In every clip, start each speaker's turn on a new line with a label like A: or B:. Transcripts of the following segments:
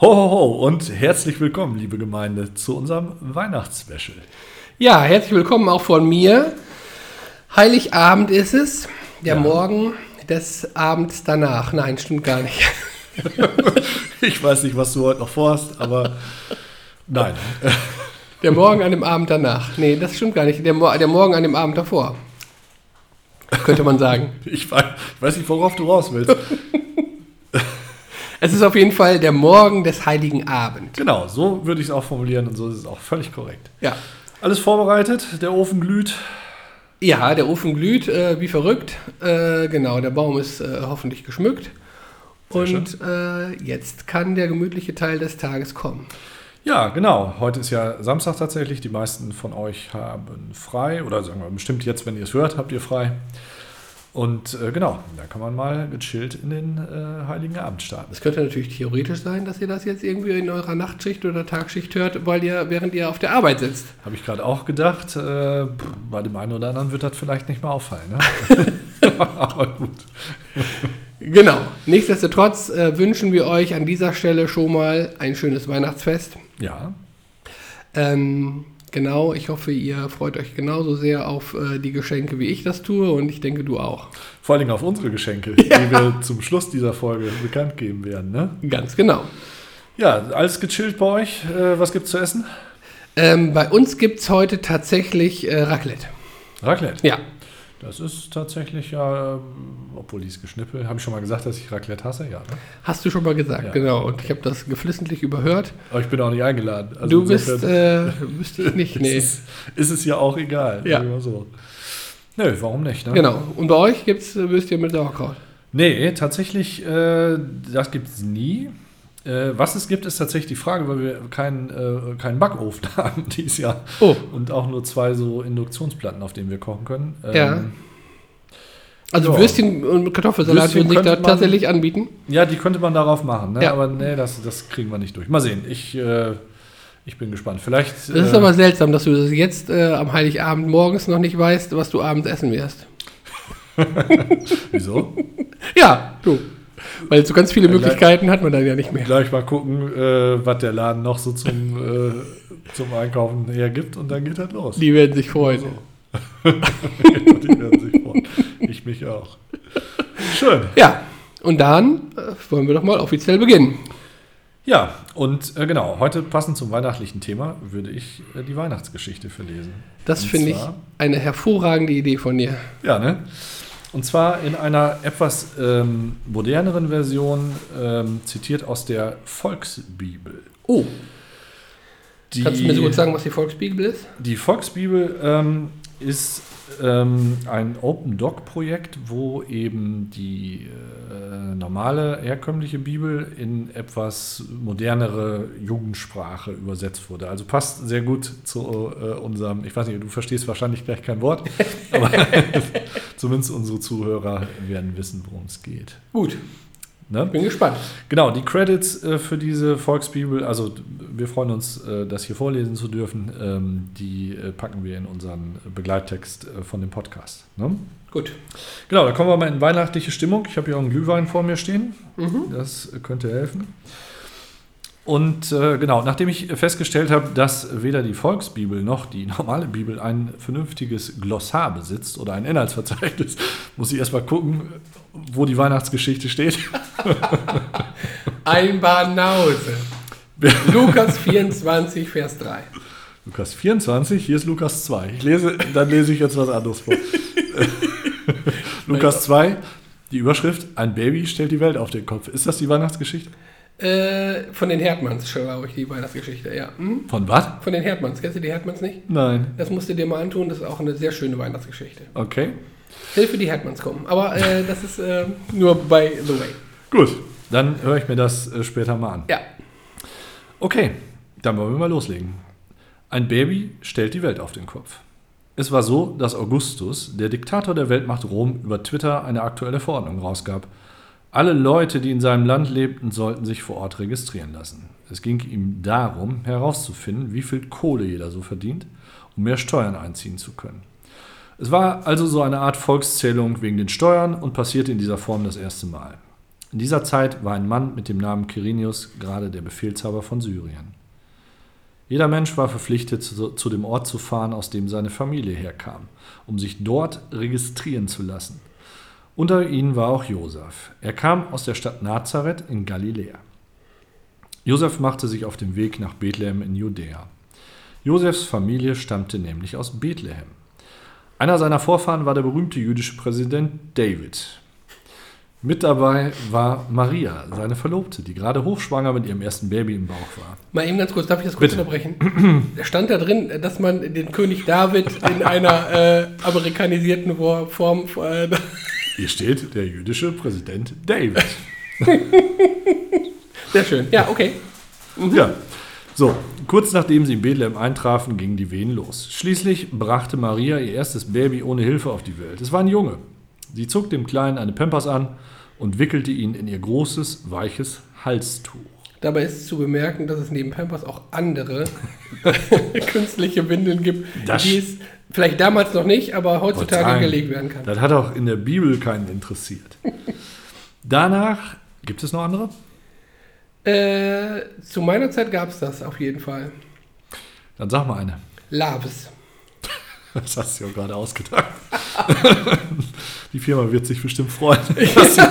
A: Ho, ho, ho und herzlich willkommen, liebe Gemeinde, zu unserem Weihnachtsspecial.
B: Ja, herzlich willkommen auch von mir. Heiligabend ist es, der
A: Ja.
B: Morgen des Abends danach. Nein, stimmt gar nicht.
A: Ich weiß nicht, was du heute noch vorhast, aber nein.
B: Der Morgen an dem Abend danach. Nee, das stimmt gar nicht. Der, Mo der Morgen an dem Abend davor. Könnte man sagen.
A: Ich weiß, ich weiß nicht, worauf du raus willst.
B: Es ist auf jeden Fall der Morgen des Heiligen Abend.
A: Genau, so würde ich es auch formulieren und so ist es auch völlig korrekt.
B: Ja.
A: Alles vorbereitet, der Ofen glüht.
B: Ja, der Ofen glüht äh, wie verrückt. Äh, genau, der Baum ist äh, hoffentlich geschmückt. Und äh, jetzt kann der gemütliche Teil des Tages kommen.
A: Ja, genau. Heute ist ja Samstag tatsächlich. Die meisten von euch haben frei oder sagen wir bestimmt jetzt, wenn ihr es hört, habt ihr frei. Und äh, genau, da kann man mal gechillt in den äh, Heiligen Abend starten.
B: Es könnte natürlich theoretisch sein, dass ihr das jetzt irgendwie in eurer Nachtschicht oder Tagschicht hört, weil ihr während ihr auf der Arbeit sitzt.
A: Habe ich gerade auch gedacht, äh, pff, bei dem einen oder anderen wird das vielleicht nicht mal auffallen. Ne? Aber gut.
B: Genau. Nichtsdestotrotz äh, wünschen wir euch an dieser Stelle schon mal ein schönes Weihnachtsfest.
A: Ja,
B: Ähm, genau, ich hoffe, ihr freut euch genauso sehr auf äh, die Geschenke, wie ich das tue und ich denke, du auch.
A: vor allen Dingen auf unsere Geschenke, die wir zum Schluss dieser Folge bekannt geben werden. Ne?
B: Ganz genau.
A: Ja, alles gechillt bei euch. Äh, was gibt's zu essen?
B: Ähm, bei uns gibt es heute tatsächlich äh, Raclette.
A: Raclette.
B: Ja,
A: Das ist tatsächlich ja, ähm, obwohl dies Geschnippel. Habe ich schon mal gesagt, dass ich Raclette hasse? Ja. Ne?
B: hast du schon mal gesagt,
A: Ja.
B: genau. Und ich habe das geflissentlich überhört.
A: Aber ich bin auch nicht eingeladen. Also
B: du bist,
A: insofern
B: äh, bist ich nicht, nee.
A: ist, es- ist es ja auch egal.
B: Ja.
A: sagen wir mal So. Nö, warum nicht? Ne?
B: Genau. Und bei euch gibt's äh, Würstchen mit Sauerkraut.
A: Nee, tatsächlich, äh, das gibt es nie. Äh, was es gibt, ist tatsächlich die Frage, weil wir keinen äh, keinen Backofen haben dieses Jahr.
B: Oh,
A: Und auch nur zwei so Induktionsplatten, auf denen wir kochen können. Ähm,
B: Ja. also
A: Ja.
B: Würstchen und Kartoffelsalat
A: Würstchen
B: würden sich da
A: könnte man-
B: tatsächlich anbieten.
A: Ja, die könnte man darauf machen, ne?
B: Ja.
A: aber nee, das, das kriegen wir nicht durch. Mal sehen, ich, äh, ich bin gespannt. Vielleicht.
B: Das ist
A: äh,
B: aber seltsam, dass du das jetzt äh, am Heiligabend morgens noch nicht weißt, was du abends essen wirst.
A: Wieso?
B: Ja, du. Weil so ganz viele
A: Vielleicht-
B: Möglichkeiten hat man dann ja nicht mehr.
A: Gleich mal gucken, äh, was der Laden noch so zum, äh, zum Einkaufen hergibt und dann geht das los.
B: Die werden sich freuen.
A: Die werden sich freuen. Ich mich auch. Schön.
B: Ja, und dann äh, wollen wir doch mal offiziell beginnen.
A: Ja, und äh, genau, heute passend zum weihnachtlichen Thema würde ich äh, die Weihnachtsgeschichte verlesen.
B: Das
A: Und
B: finde ich
A: zwar-
B: eine hervorragende Idee von dir.
A: Ja, ne? Und zwar in einer etwas ähm, moderneren Version, ähm, zitiert aus der Volksbibel.
B: Oh,
A: Die,
B: kannst du mir so gut sagen, was die Volksbibel ist?
A: Die Volksbibel ähm, ist ähm, ein Open Doc-Projekt, wo eben die äh, normale, herkömmliche Bibel in etwas modernere Jugendsprache übersetzt wurde. Also passt sehr gut zu äh, unserem, ich weiß nicht, du verstehst wahrscheinlich gleich kein Wort, aber zumindest unsere Zuhörer werden wissen, worum es geht.
B: Gut,
A: Ne?
B: bin gespannt.
A: Genau, die Credits äh, für diese Volksbibel, also d- wir freuen uns, äh, das hier vorlesen zu dürfen, ähm, die äh, packen wir in unseren Begleittext äh, von dem Podcast. Ne?
B: Gut.
A: Genau, da kommen wir mal in weihnachtliche Stimmung. Ich habe hier auch einen Glühwein vor mir stehen.
B: Mhm.
A: Das könnte helfen. Und äh, genau, nachdem ich festgestellt habe, dass weder die Volksbibel noch die normale Bibel ein vernünftiges Glossar besitzt oder ein Inhaltsverzeichnis, muss ich erstmal gucken, wo die Weihnachtsgeschichte steht.
B: Ein Banause. Lukas 24, Vers 3.
A: Lukas 24, hier ist Lukas 2. Ich lese, dann lese ich jetzt was anderes vor. Lukas 2, die Überschrift, ein Baby stellt die Welt auf den Kopf. Ist das die Weihnachtsgeschichte?
B: Äh, von den Herdmanns, glaube ich, die Weihnachtsgeschichte, ja. Hm?
A: Von was?
B: Von den Herdmanns. Kennst du die Herdmanns nicht?
A: Nein.
B: Das musst du dir mal antun, das ist auch eine sehr schöne Weihnachtsgeschichte.
A: Okay,
B: Hilfe, die Herdmanns kommen. Aber äh, das ist äh, nur by the way.
A: gut. Dann höre ich mir das äh, später mal an.
B: Ja.
A: Okay, dann wollen wir mal loslegen. Ein Baby stellt die Welt auf den Kopf. Es war so, dass Augustus, der Diktator der Weltmacht Rom, über Twitter eine aktuelle Verordnung rausgab. Alle Leute, die in seinem Land lebten, sollten sich vor Ort registrieren lassen. Es ging ihm darum, herauszufinden, wie viel Kohle jeder so verdient, um mehr Steuern einziehen zu können. Es war also so eine Art Volkszählung wegen den Steuern und passierte in dieser Form das erste Mal. In dieser Zeit war ein Mann mit dem Namen Quirinius gerade der Befehlshaber von Syrien. Jeder Mensch war verpflichtet, zu, zu dem Ort zu fahren, aus dem seine Familie herkam, um sich dort registrieren zu lassen. Unter ihnen war auch Josef. Er kam aus der Stadt Nazareth in Galiläa. Josef machte sich auf den Weg nach Bethlehem in Judäa. Josefs Familie stammte nämlich aus Bethlehem. Einer seiner Vorfahren war der berühmte jüdische Präsident David. Mit dabei war Maria, seine Verlobte, die gerade hochschwanger mit ihrem ersten Baby im Bauch war.
B: Mal eben ganz kurz, darf ich das kurz
A: Bitte.
B: unterbrechen? Stand da drin, dass man den König David in einer äh, amerikanisierten Wo- Form. Äh,
A: Hier steht der jüdische Präsident David.
B: sehr schön. Ja, okay. Mhm.
A: Ja. So, kurz nachdem sie in Bethlehem eintrafen, gingen die Wehen los. Schließlich brachte Maria ihr erstes Baby ohne Hilfe auf die Welt. Es war ein Junge. Sie zog dem Kleinen eine Pampers an und wickelte ihn in ihr großes, weiches Halstuch.
B: Dabei ist zu bemerken, dass es neben Pampers auch andere künstliche Windeln gibt,
A: Das-
B: die es vielleicht damals noch nicht, aber heutzutage
A: Heutzutage.
B: gelegt werden kann.
A: Das hat auch in der Bibel keinen interessiert. Danach, gibt es noch andere?
B: Äh, zu meiner Zeit gab es das auf jeden Fall.
A: Dann sag mal eine.
B: Labs.
A: Das hast du ja gerade ausgedacht. Die Firma wird sich bestimmt freuen, dass sie,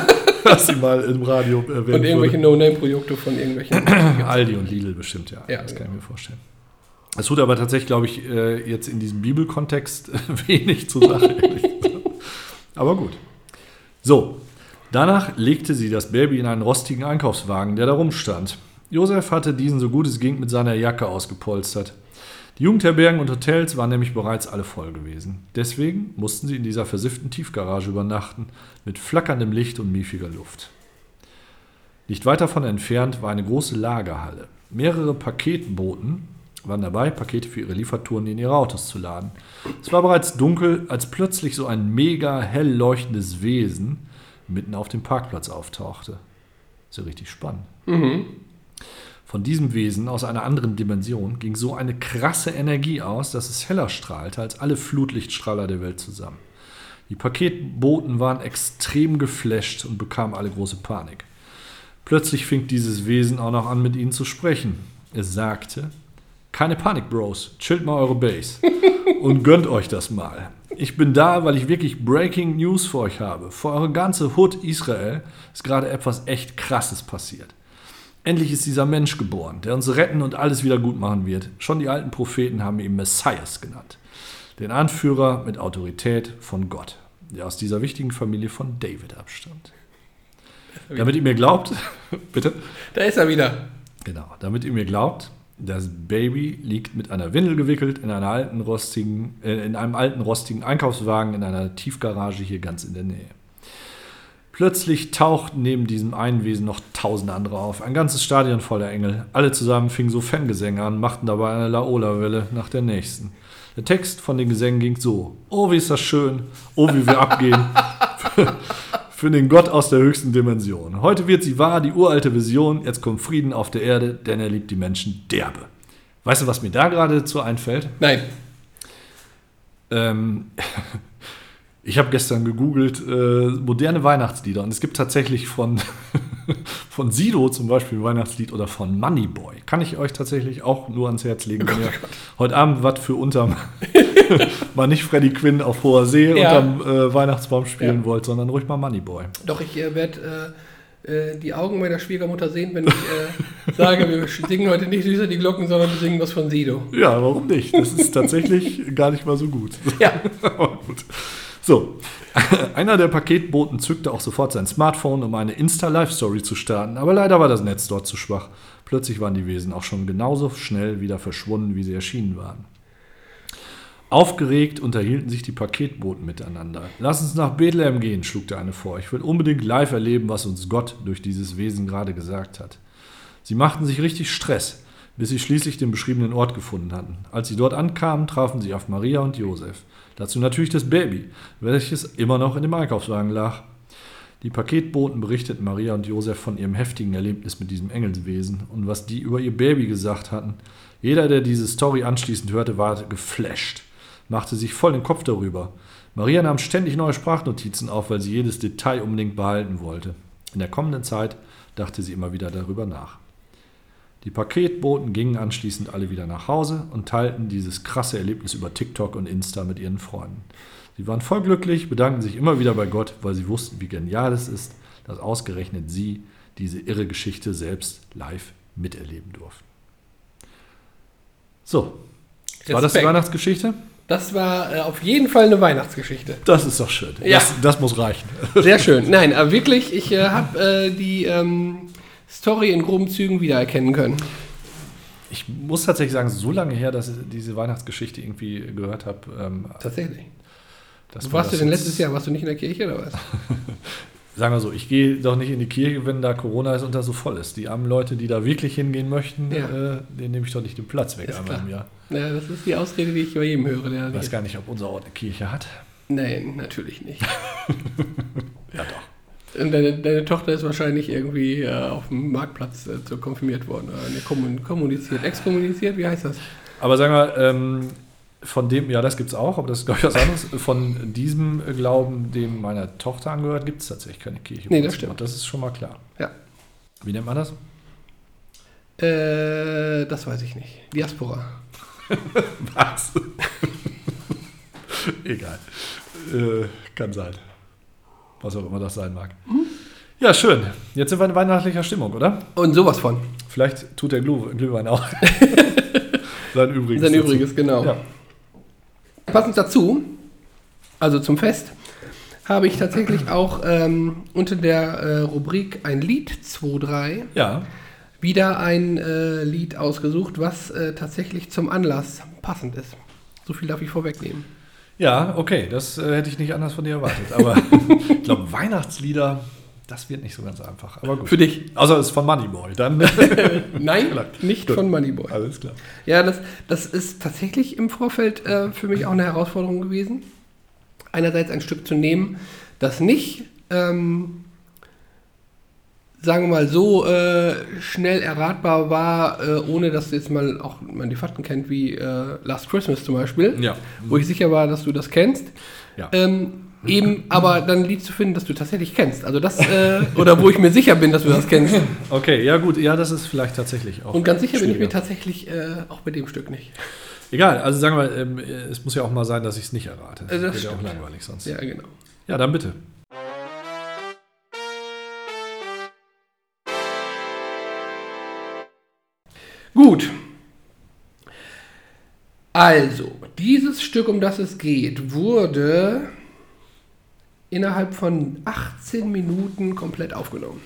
A: dass sie mal im Radio erwähnt
B: Und irgendwelche
A: wurde.
B: No-Name-Produkte von irgendwelchen.
A: Aldi und Lidl bestimmt, ja.
B: Ja,
A: das kann ich mir vorstellen. Es tut aber tatsächlich, glaube ich, äh, jetzt in diesem Bibelkontext wenig zur Sache. ehrlich gesagt. aber gut. So, danach legte sie das Baby in einen rostigen Einkaufswagen, der da rumstand. Josef hatte diesen so gut es ging mit seiner Jacke ausgepolstert. Die Jugendherbergen und Hotels waren nämlich bereits alle voll gewesen. Deswegen mussten sie in dieser versifften Tiefgarage übernachten, mit flackerndem Licht und miefiger Luft. Nicht weit davon entfernt war eine große Lagerhalle. Mehrere Paketboten waren dabei, Pakete für ihre Liefertouren in ihre Autos zu laden. Es war bereits dunkel, als plötzlich so ein mega hell leuchtendes Wesen mitten auf dem Parkplatz auftauchte. Ist ja richtig spannend.
B: Mhm.
A: Von diesem Wesen aus einer anderen Dimension ging so eine krasse Energie aus, dass es heller strahlte als alle Flutlichtstrahler der Welt zusammen. Die Paketboten waren extrem geflasht und bekamen alle große Panik. Plötzlich fing dieses Wesen auch noch an, mit ihnen zu sprechen. Es sagte: Keine Panik, Bros, chillt mal eure Base und gönnt euch das mal. Ich bin da, weil ich wirklich Breaking News für euch habe. Für eure ganze Hood Israel ist gerade etwas echt Krasses passiert. Endlich ist dieser Mensch geboren, der uns retten und alles wieder gut machen wird. Schon die alten Propheten haben ihn Messias genannt. Den Anführer mit Autorität von Gott, der aus dieser wichtigen Familie von David abstammt. Damit ihr mir glaubt, bitte.
B: Da ist er wieder.
A: Genau, damit ihr mir glaubt, das Baby liegt mit einer Windel gewickelt in, einer alten rostigen, äh, in einem alten rostigen Einkaufswagen in einer Tiefgarage hier ganz in der Nähe. Plötzlich tauchten neben diesem einen Wesen noch tausende andere auf. Ein ganzes Stadion voller Engel. Alle zusammen fingen so Fangesänge an, machten dabei eine Laola-Welle nach der nächsten. Der Text von den Gesängen ging so: Oh, wie ist das schön! Oh, wie wir abgehen! für den Gott aus der höchsten Dimension. Heute wird sie wahr, die uralte Vision. Jetzt kommt Frieden auf der Erde, denn er liebt die Menschen derbe. Weißt du, was mir da gerade zu einfällt?
B: Nein.
A: Ähm, ich habe gestern gegoogelt äh, moderne Weihnachtslieder und es gibt tatsächlich von, von Sido zum Beispiel ein Weihnachtslied oder von Moneyboy. Kann ich euch tatsächlich auch nur ans Herz legen.
B: Oh
A: Wenn ihr heute Abend was für unterm, mal nicht Freddy Quinn auf hoher See
B: Ja.
A: unterm äh, Weihnachtsbaum spielen
B: Ja.
A: wollt, sondern ruhig mal Moneyboy.
B: Doch, ich äh, werde äh, äh, die Augen meiner Schwiegermutter sehen, wenn ich äh, sage, wir singen heute nicht süßer die Glocken, sondern wir singen was von Sido.
A: Ja, warum nicht? Das ist tatsächlich gar nicht mal so gut.
B: Ja.
A: Aber gut. So, einer der Paketboten zückte auch sofort sein Smartphone, um eine Insta-Live-Story zu starten, aber leider war das Netz dort zu schwach. Plötzlich waren die Wesen auch schon genauso schnell wieder verschwunden, wie sie erschienen waren. Aufgeregt unterhielten sich die Paketboten miteinander. Lass uns nach Bethlehem gehen, schlug der eine vor. Ich will unbedingt live erleben, was uns Gott durch dieses Wesen gerade gesagt hat. Sie machten sich richtig Stress, bis sie schließlich den beschriebenen Ort gefunden hatten. Als sie dort ankamen, trafen sie auf Maria und Josef. Dazu natürlich das Baby, welches immer noch in dem Einkaufswagen lag. Die Paketboten berichteten Maria und Josef von ihrem heftigen Erlebnis mit diesem Engelswesen und was die über ihr Baby gesagt hatten. Jeder, der diese Story anschließend hörte, war geflasht, machte sich voll den Kopf darüber. Maria nahm ständig neue Sprachnotizen auf, weil sie jedes Detail unbedingt behalten wollte. In der kommenden Zeit dachte sie immer wieder darüber nach. Die Paketboten gingen anschließend alle wieder nach Hause und teilten dieses krasse Erlebnis über TikTok und Insta mit ihren Freunden. Sie waren voll glücklich, bedankten sich immer wieder bei Gott, weil sie wussten, wie genial es ist, dass ausgerechnet sie diese irre Geschichte selbst live miterleben durften. So, war das die
B: Respekt.
A: Weihnachtsgeschichte?
B: Das war äh, auf jeden Fall eine Weihnachtsgeschichte.
A: Das ist doch schön.
B: Ja.
A: Das, das muss reichen.
B: Sehr schön. Nein, aber wirklich, ich äh, habe äh, die ähm, Story in groben Zügen wiedererkennen können.
A: Ich muss tatsächlich sagen, so lange her, dass ich diese Weihnachtsgeschichte irgendwie gehört habe. Ähm,
B: Tatsächlich.
A: das war
B: warst du
A: das
B: denn
A: jetzt-
B: letztes Jahr? Warst du nicht in der Kirche oder was?
A: Sagen wir so, ich gehe doch nicht in die Kirche, wenn da Corona ist und das so voll ist. Die armen Leute, die da wirklich hingehen möchten,
B: Ja.
A: äh, denen nehme ich doch nicht den Platz weg
B: Ist
A: einmal
B: klar.
A: im Jahr.
B: Ja, das ist die Ausrede, die ich bei jedem höre. Der
A: Ich weiß gar nicht, ob unser Ort eine Kirche hat.
B: Nein, natürlich nicht.
A: Ja, doch.
B: Und deine, deine Tochter ist wahrscheinlich irgendwie äh, auf dem Marktplatz äh, zu- konfirmiert worden. Oder nee, kommun- kommuniziert, exkommuniziert, wie heißt das?
A: Aber sagen wir, ähm, von dem, ja, das gibt es auch, aber das ist, glaube ich, was anderes. Von diesem Glauben, dem meiner Tochter angehört, gibt es tatsächlich keine Kirche.
B: Nee, das stimmt.
A: Das ist schon mal klar.
B: Ja.
A: Wie nennt man das?
B: Äh, das weiß ich nicht. Diaspora.
A: Was? Egal. Äh, kann sein. Was auch immer das sein mag. Ja, schön. Jetzt sind wir in weihnachtlicher Stimmung, oder?
B: Und sowas von.
A: Vielleicht tut der Glu Glühwein auch. Sein Übriges.
B: Sein
A: dazu.
B: Übriges, genau.
A: Ja.
B: Passend dazu, also zum Fest, habe ich tatsächlich auch ähm, unter der äh, Rubrik ein Lied 2.3
A: ja,
B: wieder ein äh, Lied ausgesucht, was äh, tatsächlich zum Anlass passend ist. So viel darf ich vorwegnehmen.
A: ja, okay. Das äh, hätte ich nicht anders von dir erwartet. Aber ich glaube, Weihnachtslieder, das wird nicht so ganz einfach. Aber gut.
B: Für dich.
A: Außer es ist von Moneyboy. Dann
B: Nein, nicht
A: Gut. Also
B: von Moneyboy.
A: alles klar.
B: Ja, das, das ist tatsächlich im Vorfeld äh, für mich auch eine Herausforderung gewesen. Einerseits ein Stück zu nehmen, das nicht, ähm, sagen wir mal, so äh, schnell erratbar war, äh, ohne dass jetzt mal auch man die Fakten kennt, wie äh, Last Christmas zum Beispiel,
A: Ja.
B: wo ich sicher war, dass du das kennst.
A: Ja.
B: Ähm, eben aber dann ein Lied zu finden, das du tatsächlich kennst. Also das, äh, oder wo ich mir sicher bin, dass du das kennst.
A: Okay, ja gut. Ja, das ist vielleicht tatsächlich auch.
B: Und ganz sicher bin ich mir
A: schwieriger.
B: tatsächlich äh, auch bei dem Stück nicht.
A: Egal, also sagen wir, ähm, es muss ja auch mal sein, dass ich es nicht errate.
B: Äh, das
A: wird ja auch
B: stimmt.
A: langweilig sonst. Ja,
B: Ja, genau.
A: dann bitte.
B: Gut. Also, dieses Stück, um das es geht, wurde innerhalb von 18 Minuten komplett aufgenommen.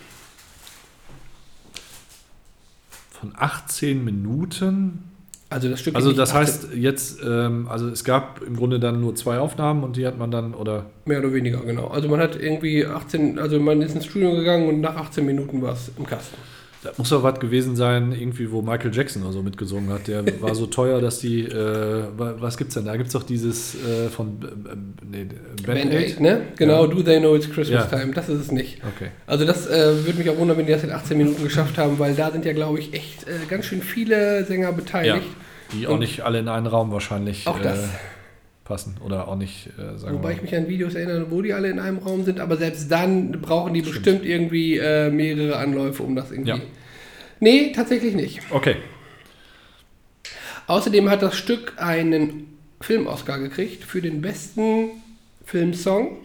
A: Von 18 Minuten.
B: Also das Stück.
A: Also
B: geht
A: das
B: 18
A: heißt jetzt, ähm, also es gab im Grunde dann nur zwei Aufnahmen und die hat man dann, oder
B: mehr oder weniger genau. Also man hat irgendwie 18, also man ist ins Studio gegangen und nach 18 Minuten war es im Kasten.
A: da muss doch was gewesen sein, irgendwie, wo Michael Jackson oder so mitgesungen hat. Der war so teuer, dass die, äh, wa- was gibt's denn? Da gibt's doch dieses äh, von ähm, nee, Band-Aid.
B: Band-Aid, ne? Genau. Do they know it's Christmas
A: Ja.
B: time? Das ist es nicht.
A: Okay.
B: Also das äh, würde mich auch wundern, wenn die das in 18 Minuten geschafft haben, weil da sind ja, glaube ich, echt äh, ganz schön viele Sänger
A: Ja,
B: beteiligt.
A: die auch
B: Und-
A: nicht alle in einen Raum wahrscheinlich äh,
B: Auch das.
A: passen oder auch nicht, äh, sagen wir
B: Wobei
A: mal.
B: ich mich an Videos erinnere, wo die alle in einem Raum sind, aber selbst dann brauchen die bestimmt irgendwie äh, mehrere Anläufe, um das irgendwie.
A: Ja.
B: Nee, tatsächlich nicht.
A: Okay.
B: Außerdem hat das Stück einen Film-Oscar gekriegt für den besten Filmsong.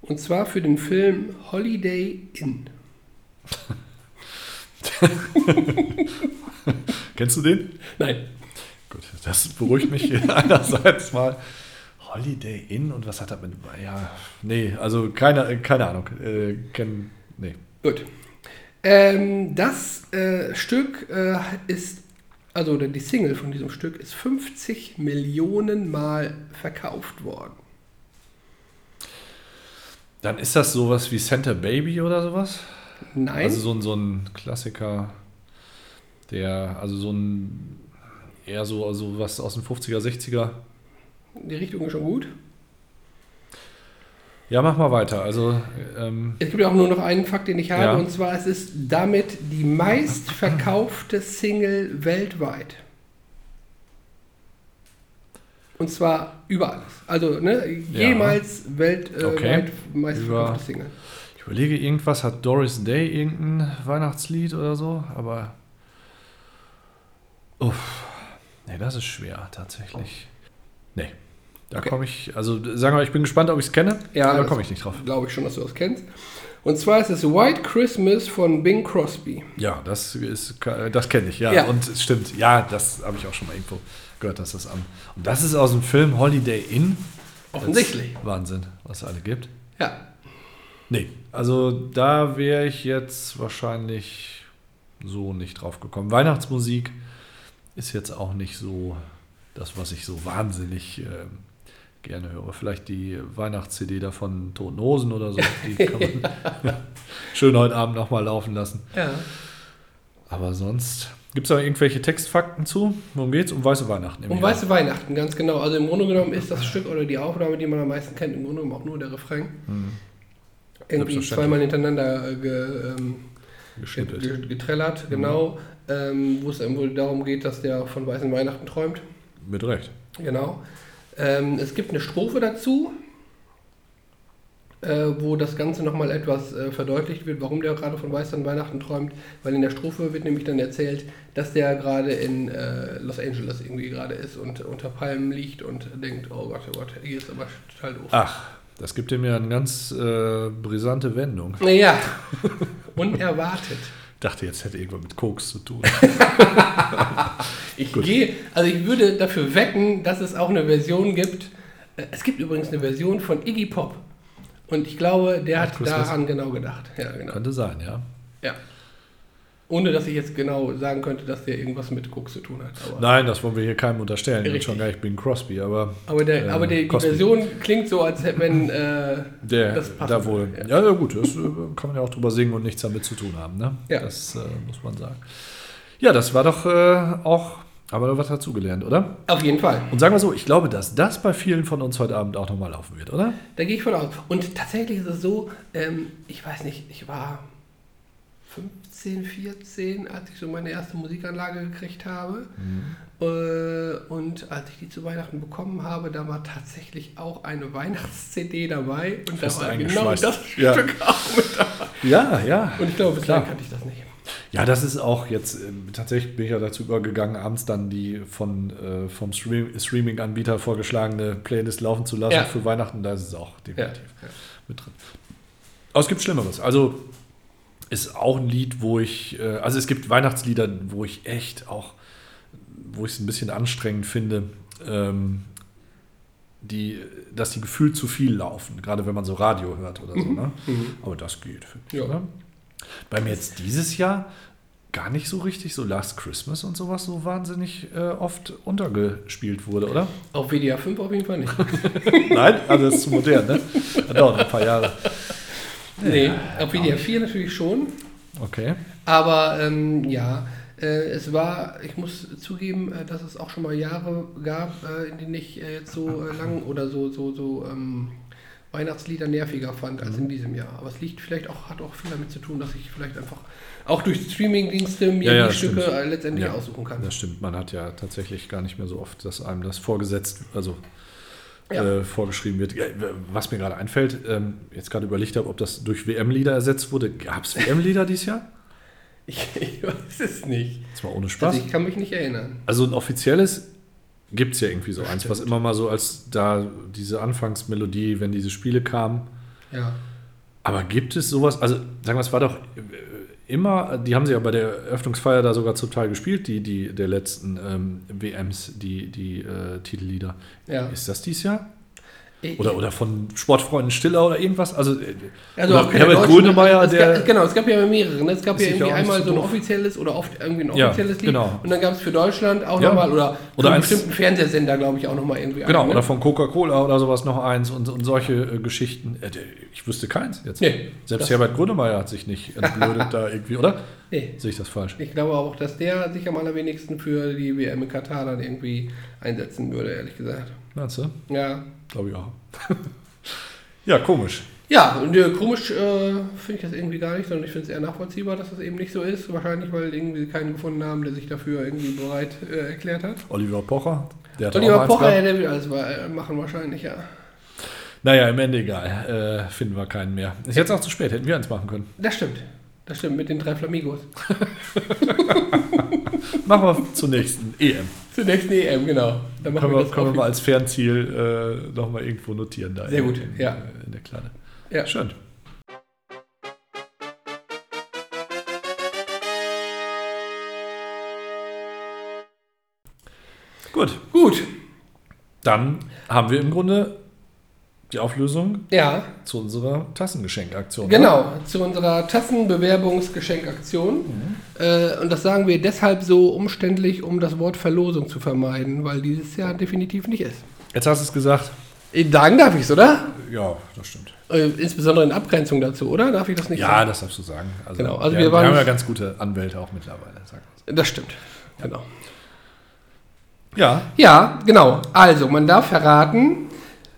B: Und zwar für den Film Holiday Inn.
A: Kennst du den?
B: Nein.
A: Gut, das beruhigt mich einerseits mal. Holiday Inn und was hat er mit. Ja, nee, also keine, äh, keine Ahnung. Äh, kenn, nee.
B: Gut. Ähm, das äh, Stück äh, ist, also oder die Single von diesem Stück ist 50 Millionen Mal verkauft worden.
A: Dann ist das sowas wie Santa Baby oder sowas?
B: Nein.
A: Also so ein, so ein Klassiker, der, also so ein. Eher so also was aus den 50er, 60er.
B: Die Richtung ist schon gut.
A: Ja, mach mal weiter. Also, ähm,
B: Es gibt ja auch nur noch einen Fakt, den ich habe,
A: Ja.
B: und zwar es ist damit die meistverkaufte Single weltweit. Und zwar über alles. Also ne, jemals weltweit
A: Okay.
B: meistverkaufte
A: Über-
B: Single.
A: ich Überlege, irgendwas hat Doris Day irgendein Weihnachtslied oder so, aber. Uff. Nee, das ist schwer, tatsächlich. Nee. Da
B: Okay.
A: komme ich, also sagen wir, mal, ich bin gespannt, ob ich es kenne.
B: Ja,
A: da
B: das-
A: komme ich nicht drauf.
B: Glaube ich schon, dass du das kennst. Und zwar ist es White Christmas von Bing Crosby.
A: Ja, das ist, das kenne ich, ja.
B: Ja.
A: Und es stimmt, ja, das habe ich auch schon mal irgendwo gehört, dass das am. Und das ist aus dem Film Holiday Inn.
B: Offensichtlich.
A: Das- Wahnsinn, was es alle gibt.
B: Ja.
A: Nee, also da wäre ich jetzt wahrscheinlich so nicht drauf gekommen. Weihnachtsmusik ist jetzt auch nicht so das, was ich so wahnsinnig ähm, gerne höre. Vielleicht die Weihnachts-CD davon Toten Hosen oder so. Die kann man schön heute Abend nochmal laufen lassen.
B: Ja.
A: Aber sonst gibt es da irgendwelche Textfakten zu? Worum geht's? Um weiße Weihnachten. nehme
B: Um
A: ich an.
B: weiße Weihnachten, ganz genau. Also im Grunde genommen ist das Stück oder die Aufnahme, die man am meisten kennt, im Grunde genommen auch nur der Refrain.
A: Hm.
B: Irgendwie
A: Selbstverständlich.
B: zweimal hintereinander äh, ge, ähm,
A: geschnippelt.
B: Ge- Getrellert, genau. Ähm, wo es dann wohl darum geht, dass der von weißen Weihnachten träumt.
A: Mit Recht.
B: Genau. Ähm, es gibt eine Strophe dazu, äh, wo das Ganze nochmal etwas äh, verdeutlicht wird, warum der gerade von weißen Weihnachten träumt. Weil in der Strophe wird nämlich dann erzählt, dass der gerade in äh, Los Angeles irgendwie gerade ist und unter Palmen liegt und denkt, oh Gott, oh Gott, hier ist aber total doof.
A: Ach, das gibt dem ja eine ganz äh, brisante Wendung.
B: Naja, unerwartet.
A: dachte, jetzt hätte irgendwas mit Koks zu tun.
B: Ich
A: Gut.
B: gehe, also ich würde dafür wetten, dass es auch eine Version gibt. Äh, Es gibt übrigens eine Version von Iggy Pop. Und ich glaube, der
A: Ach,
B: hat
A: Christmas.
B: daran genau gedacht. Ja, genau.
A: Könnte sein, ja.
B: Ja. Ohne dass ich jetzt genau sagen könnte, dass der irgendwas mit Koks zu tun hat. Aber,
A: Nein, das wollen wir hier keinem unterstellen.
B: Richtig.
A: Richtig. Schon gar nicht Bing Crosby, aber
B: aber, der,
A: äh,
B: aber der, die
A: Cosby.
B: Version klingt so, als hätte man. Äh,
A: der
B: Das passt.
A: da wohl.
B: Ja.
A: Ja, ja gut, das äh, kann man ja auch drüber singen und nichts damit zu tun haben. Ne?
B: Ja.
A: Das äh, muss man sagen. Ja, das war doch äh, auch, haben wir doch was dazugelernt, oder?
B: auf jeden Fall.
A: Und sagen wir so, ich glaube, dass das bei vielen von uns heute Abend auch nochmal laufen wird, oder?
B: Da gehe ich von aus. Und tatsächlich ist es so, ähm, ich weiß nicht, ich war 15, 14, als ich so meine erste Musikanlage gekriegt habe.
A: Mhm.
B: Äh, und als ich die zu Weihnachten bekommen habe, da war tatsächlich auch eine Weihnachts-CD dabei. Und da
A: Fest
B: war genau
A: eingeschweißt.
B: das
A: Ja.
B: Stück auch mit dabei.
A: Ja, ja.
B: Und ich glaube, bislang
A: Klar.
B: kannte ich das nicht.
A: Ja, das ist auch jetzt, ähm, tatsächlich bin ich ja dazu übergegangen, abends dann die von, äh, vom Stream Streaming-Anbieter vorgeschlagene Playlist laufen zu lassen
B: Ja.
A: für Weihnachten. Da ist es auch
B: Ja.
A: definitiv mit drin. Aber es gibt Schlimmeres. Also ist auch ein Lied, wo ich, äh, also es gibt Weihnachtslieder, wo ich echt auch, wo ich es ein bisschen anstrengend finde, ähm, die, dass die gefühlt zu viel laufen, gerade wenn man so Radio hört oder so. Ne?
B: Mhm.
A: Aber das geht, finde ich.
B: Ja.
A: Oder? Bei mir jetzt dieses Jahr gar nicht so richtig, so Last Christmas und sowas so wahnsinnig äh, oft untergespielt wurde, oder?
B: Auf WDR 5 auf jeden Fall nicht.
A: Nein, also das ist zu modern, ne? Hat auch noch ein paar Jahre.
B: nee, auf WDR 4 natürlich schon.
A: Okay.
B: Aber ähm, ja, äh, es war, ich muss zugeben, äh, dass es auch schon mal Jahre gab, äh, in denen ich äh, jetzt so äh, lang oder so, so, so ähm, Weihnachtslieder nerviger fand als in
A: Mhm.
B: diesem Jahr. Aber es liegt vielleicht auch, hat auch viel damit zu tun, dass ich vielleicht einfach auch durch Streamingdienste mir
A: Ja, ja,
B: die
A: das
B: Stücke
A: stimmt.
B: äh, letztendlich
A: Ja,
B: aussuchen kann.
A: Das stimmt, man hat ja tatsächlich gar nicht mehr so oft, dass einem das vorgesetzt, also
B: Ja.
A: äh, vorgeschrieben wird. Ja, Was mir gerade einfällt, ähm, jetzt gerade überlegt habe, ob das durch WM-Lieder ersetzt wurde. Gab es WM-Lieder dieses Jahr?
B: Ich, ich weiß es nicht.
A: Das war ohne Spaß.
B: Also ich kann mich nicht erinnern.
A: Also ein offizielles gibt es ja irgendwie so eins, was immer mal so als da diese Anfangsmelodie, wenn diese Spiele kamen.
B: Ja.
A: Aber gibt es sowas? Also sagen wir, es war doch äh, immer, die haben sie ja bei der Eröffnungsfeier da sogar zum Teil gespielt, die, die der letzten ähm, WMs, die, die äh, Titellieder.
B: ja.
A: Ist das dies Jahr?
B: Ich-
A: Oder, oder von Sportfreunden Stiller oder irgendwas? Also, äh,
B: Also
A: Oder
B: auch keine
A: Herbert
B: deutschen-
A: Grönemeyer,
B: es
A: der-
B: gab, genau, es gab ja mehrere. Ne? Es gab
A: Ist
B: ja
A: sicher
B: irgendwie
A: auch nicht
B: einmal
A: so
B: so ein
A: doof.
B: offizielles oder oft irgendwie ein
A: Ja,
B: offizielles Lied.
A: genau.
B: Und dann gab es für Deutschland auch
A: Ja.
B: nochmal oder,
A: Oder
B: für einen
A: eins-
B: bestimmten Fernsehsender, glaube ich, auch nochmal irgendwie.
A: genau,
B: einen, ne?
A: oder von Coca-Cola oder sowas noch eins und, und solche äh, Geschichten. Äh, der- ich wüsste keins jetzt.
B: Nee,
A: Selbst
B: das-
A: Herbert Grönemeyer hat sich nicht entblödet da irgendwie, oder?
B: Nee.
A: Sehe ich das falsch?
B: Ich glaube auch, dass der sich am allerwenigsten für die WM in Katar dann irgendwie einsetzen würde, ehrlich gesagt.
A: Meinst du?
B: Ja.
A: Glaube äh, ich auch. ja, komisch.
B: Ja, und, äh, komisch äh, finde ich das irgendwie gar nicht, sondern ich finde es eher nachvollziehbar, dass das eben nicht so ist. Wahrscheinlich, weil irgendwie keinen gefunden haben, der sich dafür irgendwie bereit äh, erklärt hat.
A: Oliver Pocher. Der hat
B: Oliver
A: auch eins
B: Pocher,
A: gehabt.
B: der will alles wa- machen wahrscheinlich, ja.
A: Naja, im Ende egal. Äh, finden wir keinen mehr. Ist jetzt auch zu spät, hätten wir eins machen können.
B: Das stimmt. Das stimmt, mit den drei Flamigos.
A: Machen wir zur nächsten EM.
B: Zur nächsten EM, genau. Dann machen
A: Können
B: wir
A: wir,
B: das
A: können wir
B: auf-
A: mal als Fernziel äh, nochmal irgendwo notieren. Da
B: Sehr
A: in-
B: gut,
A: in,
B: ja.
A: In der Kleine.
B: Ja.
A: Schön. Gut,
B: Gut,
A: dann haben wir im Grunde die Auflösung
B: ja,
A: zu unserer Tassengeschenkaktion.
B: genau. Zu unserer Tassenbewerbungsgeschenkaktion.
A: Mhm.
B: Äh, und das sagen wir deshalb so umständlich, um das Wort Verlosung zu vermeiden, weil dieses Jahr definitiv nicht ist. Äh,
A: Jetzt hast du es gesagt.
B: Sagen darf ich es, oder?
A: Ja, das stimmt.
B: Äh, insbesondere in Abgrenzung dazu, oder? Darf ich das nicht
A: Ja,
B: sagen?
A: das darfst du sagen. Also,
B: Genau, also
A: wir,
B: wir waren-
A: wir haben ja ganz gute Anwälte auch mittlerweile. Sagen wir's.
B: Das stimmt. Genau.
A: ja,
B: Ja, genau. Also, man darf verraten,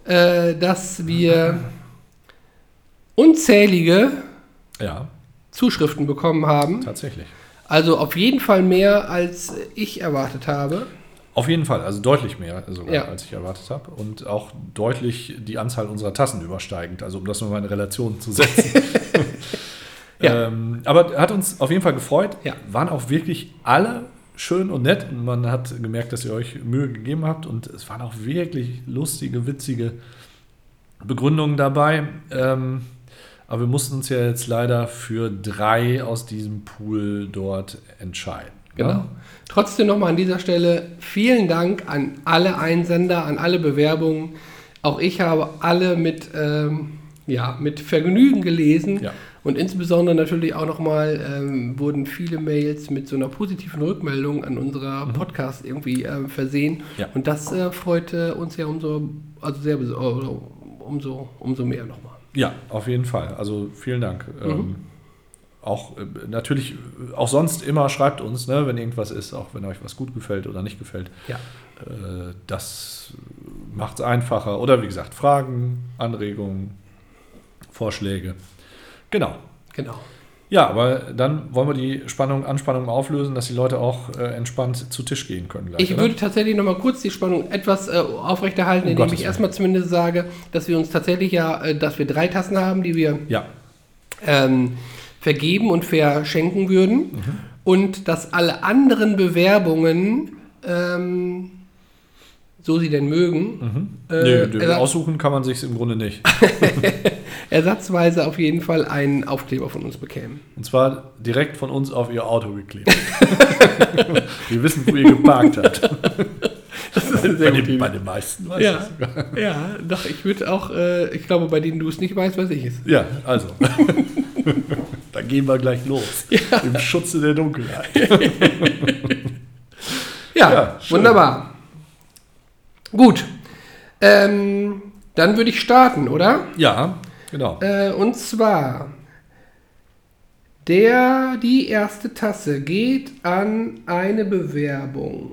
B: äh, dass wir unzählige
A: ja,
B: Zuschriften bekommen haben.
A: tatsächlich.
B: Also auf jeden Fall mehr, als ich erwartet habe.
A: Auf jeden Fall, also deutlich mehr sogar,
B: Ja.
A: als ich erwartet habe. Und auch deutlich die Anzahl unserer Tassen übersteigend, also um das nochmal in Relation zu setzen.
B: Ja.
A: ähm, aber hat uns auf jeden Fall gefreut.
B: Ja.
A: Waren auch wirklich alle schön und nett. Und man hat gemerkt, dass ihr euch Mühe gegeben habt. Und es waren auch wirklich lustige, witzige Begründungen dabei. Ähm, aber wir mussten uns ja jetzt leider für drei aus diesem Pool dort entscheiden. ne?
B: Genau. Trotzdem nochmal an dieser Stelle vielen Dank an alle Einsender, an alle Bewerbungen. Auch ich habe alle mit, ähm, ja, mit Vergnügen gelesen.
A: Ja.
B: Und insbesondere natürlich auch nochmal ähm, wurden viele Mails mit so einer positiven Rückmeldung an unserer Podcast irgendwie ähm, versehen.
A: Mhm. Ja.
B: Und das äh, freut äh, uns ja umso, also sehr, bes- äh, umso, umso mehr nochmal.
A: Ja, auf jeden Fall. Also vielen Dank.
B: Mhm.
A: Ähm, auch äh, natürlich, äh, auch sonst immer schreibt uns, ne, wenn irgendwas ist, auch wenn euch was gut gefällt oder nicht gefällt.
B: Ja.
A: Äh, das macht es einfacher. Oder wie gesagt, Fragen, Anregungen, Vorschläge. Genau.
B: Genau.
A: Ja, aber dann wollen wir die Spannung, Anspannung auflösen, dass die Leute auch äh, entspannt zu Tisch gehen können. Gleich,
B: Ich
A: oder?
B: würde tatsächlich noch mal kurz die Spannung etwas äh, aufrechterhalten,
A: Um
B: indem
A: Gottes
B: ich
A: Willen.
B: erstmal zumindest sage, dass wir uns tatsächlich ja, äh, dass wir drei Tassen haben, die wir
A: Ja,
B: ähm, vergeben und verschenken würden.
A: Mhm.
B: Und dass alle anderen Bewerbungen, ähm, so sie denn mögen, äh,
A: Mhm. nee, nee,
B: ersatz-
A: aussuchen kann man sich im Grunde nicht.
B: ersatzweise auf jeden Fall einen Aufkleber von uns bekämen.
A: Und zwar direkt von uns auf ihr Auto geklebt. Wir wissen, wo ihr geparkt habt.
B: Das ist eine
A: Bei
B: gute
A: den,
B: Idee.
A: bei den meisten weiß
B: Ja,
A: ich sogar.
B: ja, doch, ich würde auch, äh, ich glaube, bei denen du es nicht weißt, weiß ich es.
A: Ja, also. Dann gehen wir gleich los. Im Schutze der Dunkelheit.
B: Ja,
A: Ja, schön.
B: wunderbar. Gut. Ähm, dann würde ich starten, oder?
A: Ja, genau.
B: Äh, und zwar, der, die erste Tasse geht an eine Bewerbung,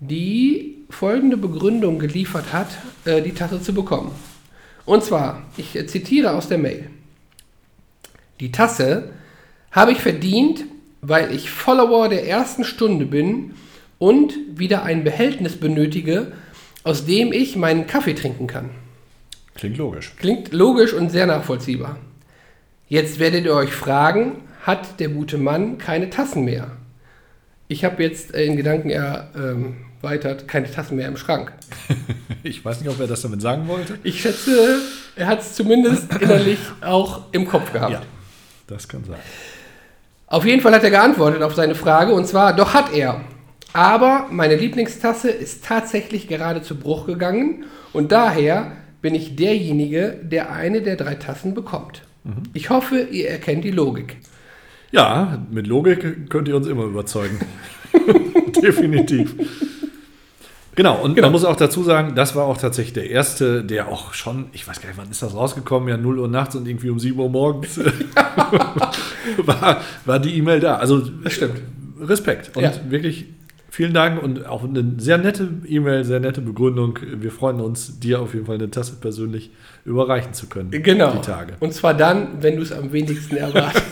B: die folgende Begründung geliefert hat, äh, die Tasse zu bekommen. Und zwar, ich äh, zitiere aus der Mail. Die Tasse habe ich verdient, weil ich Follower der ersten Stunde bin und wieder ein Behältnis benötige, aus dem ich meinen Kaffee trinken kann.
A: Klingt logisch.
B: Klingt logisch und sehr nachvollziehbar. Jetzt werdet ihr euch fragen, hat der gute Mann keine Tassen mehr? Ich habe jetzt äh, in Gedanken erweitert, keine Tassen mehr im Schrank.
A: Ich weiß nicht, ob er das damit sagen wollte.
B: Ich schätze, er hat es zumindest innerlich auch im Kopf gehabt.
A: das kann sein.
B: Auf jeden Fall hat er geantwortet auf seine Frage und zwar, doch hat er. Aber meine Lieblingstasse ist tatsächlich gerade zu Bruch gegangen und daher bin ich derjenige, der eine der drei Tassen bekommt. Ich hoffe, ihr erkennt die Logik.
A: Ja, mit Logik könnt ihr uns immer überzeugen. Definitiv. Genau, und man muss auch dazu sagen, das war auch tatsächlich der erste, der auch schon, ich weiß gar nicht, wann ist das rausgekommen, ja 0 Uhr nachts und irgendwie um 7 Uhr morgens äh, war, war die E-Mail da. Also stimmt. Respekt und
B: Ja.
A: wirklich vielen Dank und auch eine sehr nette E-Mail, sehr nette Begründung. Wir freuen uns, dir auf jeden Fall eine Tasse persönlich überreichen zu können. Die Tage.
B: Genau. Und zwar dann, wenn du es am wenigsten erwartest.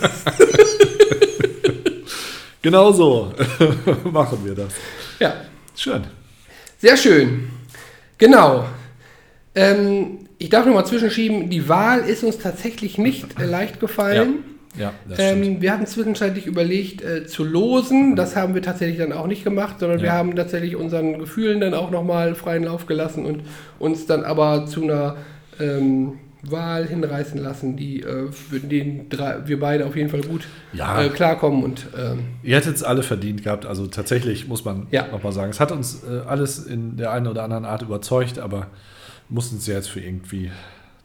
A: Genau so machen wir das.
B: ja,
A: Schön.
B: sehr schön. Genau. Ähm, Ich darf nochmal zwischenschieben, die Wahl ist uns tatsächlich nicht äh, leicht gefallen.
A: Ja, das stimmt.
B: Ähm, wir hatten zwischenzeitlich überlegt, äh, zu losen. Das haben wir tatsächlich dann auch nicht gemacht, sondern wir
A: Ja.
B: haben tatsächlich unseren Gefühlen dann auch nochmal freien Lauf gelassen und uns dann aber zu einer ähm, Wahl hinreißen lassen, die äh, für den drei, wir beide auf jeden Fall gut
A: Ja.
B: äh, klarkommen und ähm,
A: Ihr hättet es alle verdient gehabt. Also tatsächlich muss man
B: Ja.
A: nochmal sagen, es hat uns äh, alles in der einen oder anderen Art überzeugt, aber mussten es ja jetzt für irgendwie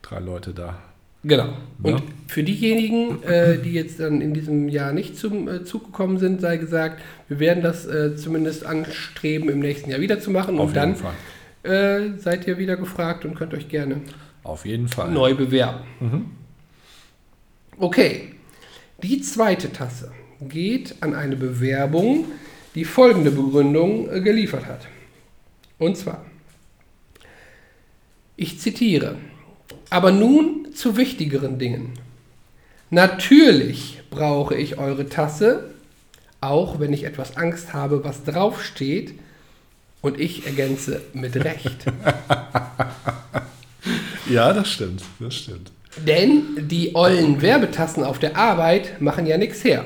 A: drei Leute da.
B: Genau. Und
A: Ja.
B: für diejenigen, äh, die jetzt dann in diesem Jahr nicht zum äh, Zug gekommen sind, sei gesagt, wir werden das äh, zumindest anstreben, im nächsten Jahr wieder zu machen.
A: Auf
B: und
A: jeden
B: dann
A: Fall.
B: äh, seid ihr wieder gefragt und könnt euch gerne
A: Auf jeden Fall.
B: neu bewerben.
A: Mhm.
B: Okay. Die zweite Tasse geht an eine Bewerbung, die folgende Begründung äh, geliefert hat. Und zwar, ich zitiere, aber nun zu wichtigeren Dingen. Natürlich brauche ich eure Tasse, auch wenn ich etwas Angst habe, was draufsteht. Und ich ergänze mit Recht.
A: Ja, das stimmt. Das stimmt.
B: Denn die ollen Werbetassen auf der Arbeit machen ja nichts her.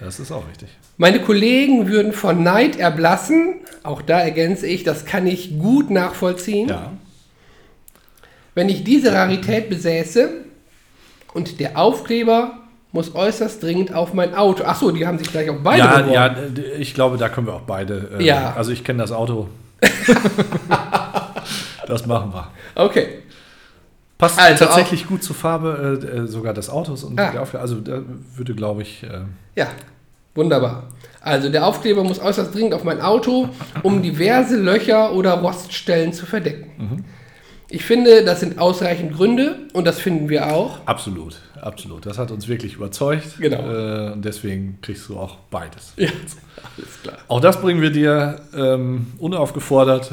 A: Das ist auch richtig.
B: Meine Kollegen würden vor Neid erblassen. Auch da ergänze ich, das kann ich gut nachvollziehen.
A: Ja.
B: Wenn ich diese Rarität besäße und der Aufkleber muss äußerst dringend auf mein Auto. Ach so, die haben sich gleich auf beide
A: ja,
B: beworben.
A: ja, d- ich glaube, da können wir auch beide. äh,
B: Ja.
A: Also ich kenne das Auto. das machen wir.
B: Okay.
A: Passt
B: Also
A: tatsächlich gut zur Farbe äh, äh, sogar des Autos und
B: Ah.
A: der Aufla- also da würde glaube ich äh,
B: Ja, wunderbar. Also der Aufkleber muss äußerst dringend auf mein Auto, um diverse Löcher oder Roststellen zu verdecken. Ich finde, das sind ausreichend Gründe und das finden wir auch.
A: absolut, absolut. Das hat uns wirklich überzeugt.
B: Genau.
A: Äh, und deswegen kriegst du auch beides.
B: Ja, alles klar.
A: Auch das bringen wir dir ähm, unaufgefordert,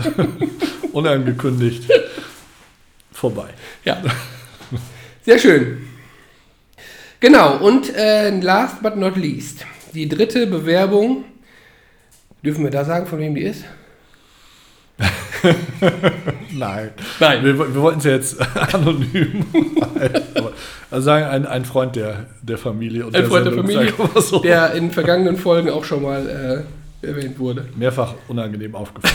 A: unangekündigt vorbei.
B: Ja. Sehr schön. Genau, und äh, last but not least, die dritte Bewerbung. Dürfen wir da sagen, von wem die ist?
A: Nein.
B: Nein.
A: Wir, wir wollten es ja jetzt anonym halten, aber- also sagen, ein, ein Freund der, der Familie und
B: Ein Freund der
A: Sendung,
B: Familie,
A: sagen wir so.
B: Der in vergangenen Folgen auch schon mal äh, erwähnt wurde.
A: mehrfach unangenehm aufgefallen.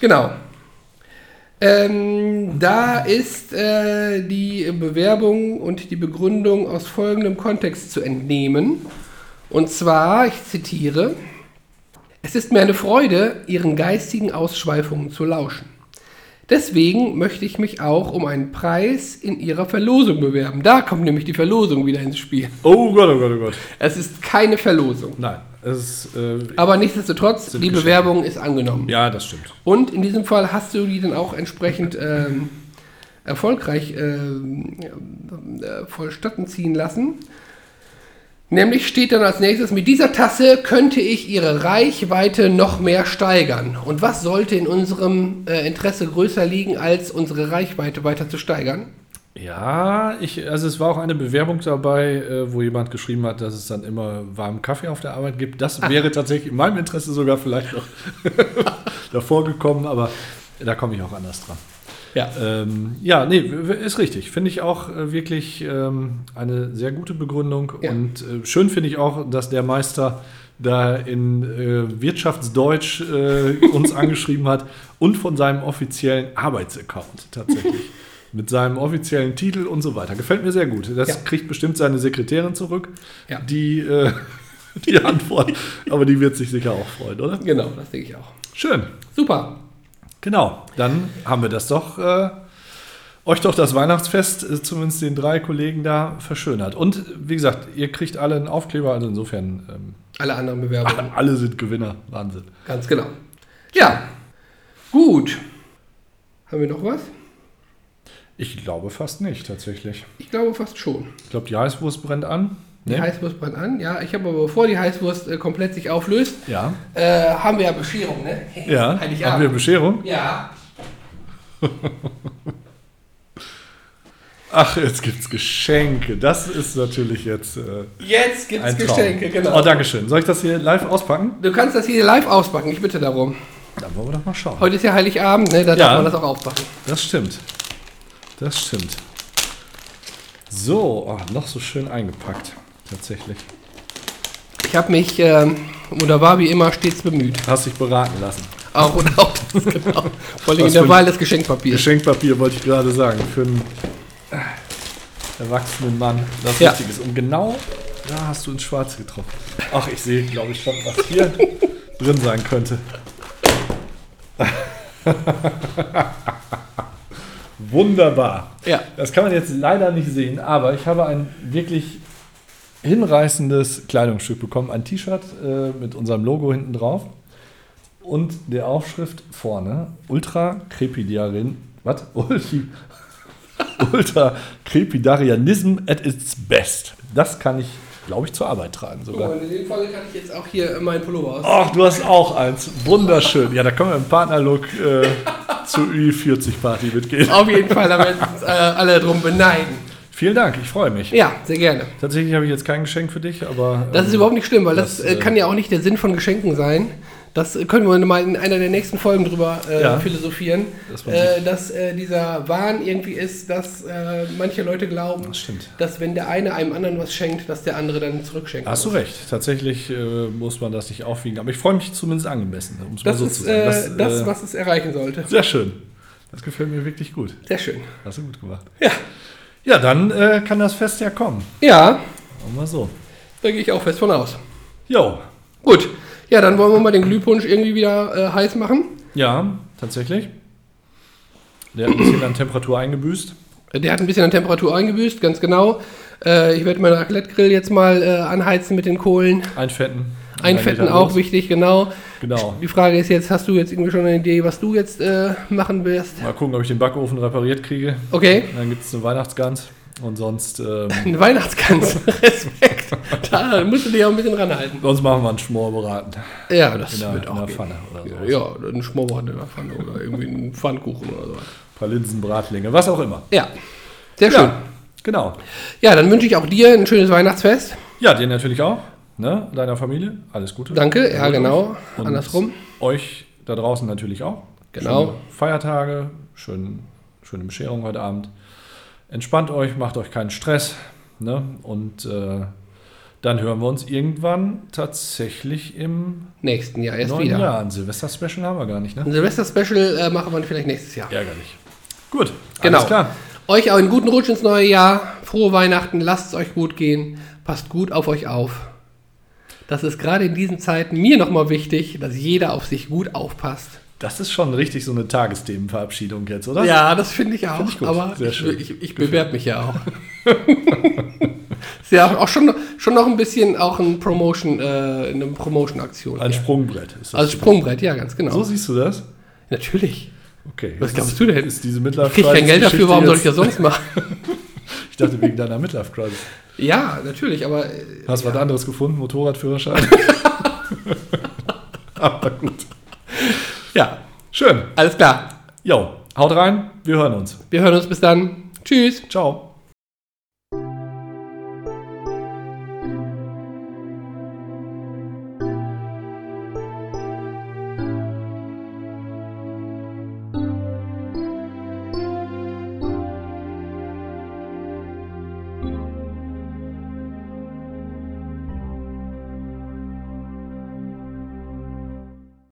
B: Genau. Ähm, da ist äh, die Bewerbung und die Begründung aus folgendem Kontext zu entnehmen. Und zwar, ich zitiere, es ist mir eine Freude, Ihren geistigen Ausschweifungen zu lauschen. Deswegen möchte ich mich auch um einen Preis in Ihrer Verlosung bewerben. Da kommt nämlich die Verlosung wieder ins Spiel.
A: Oh Gott, oh Gott, oh Gott.
B: Es ist keine Verlosung.
A: Nein, es ist, äh,
B: Aber nichtsdestotrotz,
A: Sind
B: die
A: Geschenke.
B: Bewerbung ist angenommen.
A: ja, das stimmt.
B: Und in diesem Fall hast du die dann auch entsprechend ähm, erfolgreich ähm, äh, vollstatten ziehen lassen. Nämlich steht dann als nächstes, mit dieser Tasse könnte ich ihre Reichweite noch mehr steigern. Und was sollte in unserem äh, Interesse größer liegen, als unsere Reichweite weiter zu steigern?
A: Ja, ich, also es war auch eine Bewerbung dabei, äh, wo jemand geschrieben hat, dass es dann immer warmen Kaffee auf der Arbeit gibt. Das wäre tatsächlich in meinem Interesse sogar vielleicht noch davor gekommen, aber da komme ich auch anders dran.
B: Ja.
A: Ähm, ja, nee, w- w- ist richtig. Finde ich auch äh, wirklich ähm, eine sehr gute Begründung.
B: Ja.
A: Und äh, schön finde ich auch, dass der Meister da in äh, Wirtschaftsdeutsch äh, uns angeschrieben hat und von seinem offiziellen Arbeitsaccount tatsächlich. Mit seinem offiziellen Titel und so weiter. Gefällt mir sehr gut. Das
B: Ja.
A: kriegt bestimmt seine Sekretärin zurück,
B: Ja.
A: die äh, die Antwort. Aber die wird sich sicher auch freuen, oder?
B: Genau, das denke ich auch.
A: Schön.
B: Super.
A: Genau, dann haben wir das doch, äh, euch doch das Weihnachtsfest, äh, zumindest den drei Kollegen da, verschönert. Und äh, wie gesagt, ihr kriegt alle einen Aufkleber, also insofern, ähm,
B: Alle anderen Bewerbungen.
A: alle sind Gewinner, Wahnsinn.
B: Ganz genau. Ja. Gut. Haben wir noch was?
A: Ich glaube fast nicht, tatsächlich.
B: Ich glaube fast schon.
A: Ich glaube, die Heißwurst brennt an. ne?
B: Die Heißwurst brennt an. Ja, ich habe aber, bevor die Heißwurst äh, komplett sich auflöst,
A: Ja,
B: äh, haben wir ja Bescherung, ne?
A: ja. Haben wir
B: Heiligabend.
A: Bescherung?
B: ja.
A: Ach, jetzt gibt's Geschenke. Das ist natürlich jetzt äh,
B: Jetzt gibt's
A: ein Traum.
B: Geschenke,
A: Oh,
B: genau.
A: Dankeschön. Soll ich das hier live auspacken?
B: Du kannst das hier live auspacken, ich bitte darum.
A: Dann wollen wir doch mal schauen.
B: Heute ist ja Heiligabend, ne? da
A: Ja.
B: darf man das auch aufmachen.
A: Das stimmt. Das stimmt. So, oh, noch so schön eingepackt. Tatsächlich.
B: Ich habe mich, ähm, oder war wie immer, stets bemüht.
A: Hast dich beraten lassen.
B: Auch und auch das, genau. Vor
A: Was
B: allem in
A: für ein
B: der Wahl des Geschenkpapiers.
A: Geschenkpapier wollte ich gerade sagen. Für einen äh, erwachsenen Mann. Das
B: Ja.
A: Richtige ist. Und genau da hast du ins Schwarze getroffen. Ach, ich sehe, glaube ich, schon, was hier drin sein könnte. Wunderbar.
B: Ja.
A: Das kann man jetzt leider nicht sehen, aber ich habe ein wirklich hinreißendes Kleidungsstück bekommen. Ein T-Shirt äh, mit unserem Logo hinten drauf und der Aufschrift vorne. Ultra Crepidarin. Was? Ulti- Ultra Crepidarianism at its best. Das kann ich, glaube ich, zur Arbeit tragen sogar.
B: in dem Fall kann ich jetzt auch hier meinen Pullover aus.
A: Ach, du hast auch eins. Wunderschön. Ja, da können wir im Partnerlook äh, zur Ü40-Party mitgehen.
B: Auf jeden Fall, da werden uns äh, alle drum beneiden.
A: Vielen Dank, ich freue mich.
B: Ja, sehr gerne.
A: Tatsächlich habe ich jetzt kein Geschenk für dich, aber.
B: Das ist
A: ähm,
B: überhaupt nicht schlimm, weil das,
A: das,
B: äh,
A: äh,
B: kann ja auch nicht der Sinn von Geschenken sein. Das äh, können wir mal in einer der nächsten Folgen drüber äh,
A: Ja.
B: philosophieren,
A: Dass man
B: äh, dass äh, dieser Wahn irgendwie ist, dass äh, manche Leute glauben,
A: Das stimmt.
B: dass wenn der eine einem anderen was schenkt, dass der andere dann zurückschenkt.
A: Hast du recht. Tatsächlich äh, muss man das nicht aufwiegen. Aber ich freue mich zumindest angemessen, um es mal
B: Das
A: so zu
B: ist
A: sagen.
B: äh, das,
A: äh,
B: was es erreichen sollte.
A: sehr schön. Das gefällt mir wirklich gut.
B: Sehr schön.
A: Hast du gut gemacht.
B: Ja,
A: Ja, dann äh, kann das Fest ja kommen.
B: ja
A: Machen wir so.
B: da gehe ich auch fest von aus.
A: Jo.
B: Gut, ja, dann wollen wir mal den Glühpunsch irgendwie wieder äh, heiß machen.
A: Ja, tatsächlich. Der hat ein bisschen an Temperatur eingebüßt.
B: Der hat ein bisschen an Temperatur eingebüßt, ganz genau. Äh, ich werde meinen Raclette-Grill jetzt mal äh, anheizen mit den Kohlen.
A: Einfetten.
B: Einfetten
A: Dann geht er
B: auch
A: los.
B: wichtig, genau.
A: Genau.
B: Die Frage ist jetzt, hast du jetzt irgendwie schon eine Idee, was du jetzt äh, machen wirst?
A: Mal gucken, ob ich den Backofen repariert kriege.
B: Okay,
A: Dann gibt es eine Weihnachtsgans. Und sonst, ähm,
B: eine Weihnachtsgans. Respekt. Da musst du dich auch ein bisschen ranhalten.
A: sonst machen wir einen Schmorberaten.
B: Ja, das
A: in der,
B: wird
A: Genau, in der
B: auch gehen.
A: Pfanne oder so.
B: Ja, ein Schmorbrot in der Pfanne oder irgendwie einen Pfannkuchen oder so.
A: Ein paar Linsenbratlinge, was auch immer.
B: Ja, sehr schön.
A: Ja, genau.
B: Ja, dann wünsche ich auch dir ein schönes Weihnachtsfest.
A: Ja, dir natürlich auch. Ne? Deiner Familie. Alles Gute.
B: Danke, ja
A: Erholt
B: genau,
A: euch. Und
B: andersrum.
A: Euch da draußen natürlich auch.
B: Genau.
A: Schöne Feiertage, schön, schöne Bescherung heute Abend. Entspannt euch, macht euch keinen Stress. Ne? Und äh, dann hören wir uns irgendwann tatsächlich im
B: Nächsten Jahr erst
A: neuen
B: wieder.
A: Jahr. Ein Silvester-Special haben wir gar nicht, ne?
B: Ein Silvester-Special äh, machen wir vielleicht nächstes Jahr.
A: Ärgerlich. Gut,
B: Genau.
A: alles klar.
B: Euch auch einen guten Rutsch ins neue Jahr. Frohe Weihnachten. Lasst es euch gut gehen. Passt gut auf euch auf. Das ist gerade in diesen Zeiten mir nochmal wichtig, dass jeder auf sich gut aufpasst.
A: Das ist schon richtig so eine Tagesthemenverabschiedung jetzt, oder?
B: Ja, das finde ich auch.
A: Finde ich gut.
B: Aber
A: Sehr
B: ich,
A: schön.
B: ich, ich bewerbe mich ja auch. ist ja auch schon, schon noch ein bisschen auch ein Promotion, äh, eine Promotion-Aktion.
A: Ein
B: hier.
A: Sprungbrett ist das.
B: Als Sprungbrett, ja, ganz genau.
A: so siehst du das?
B: Natürlich.
A: Okay.
B: Was
A: jetzt
B: glaubst du denn?
A: Ist diese Midlife
B: Krieg ich kein Geld dafür, warum soll ich
A: das?
B: das sonst machen?
A: Ich dachte wegen deiner Midlife Crisis.
B: ja, natürlich, aber äh,
A: Hast was anderes gefunden? Motorradführerschein? Aber gut.
B: ja,
A: Schön.
B: alles klar.
A: Jo, haut rein. Wir hören uns.
B: Wir hören uns bis dann. Tschüss.
A: Ciao.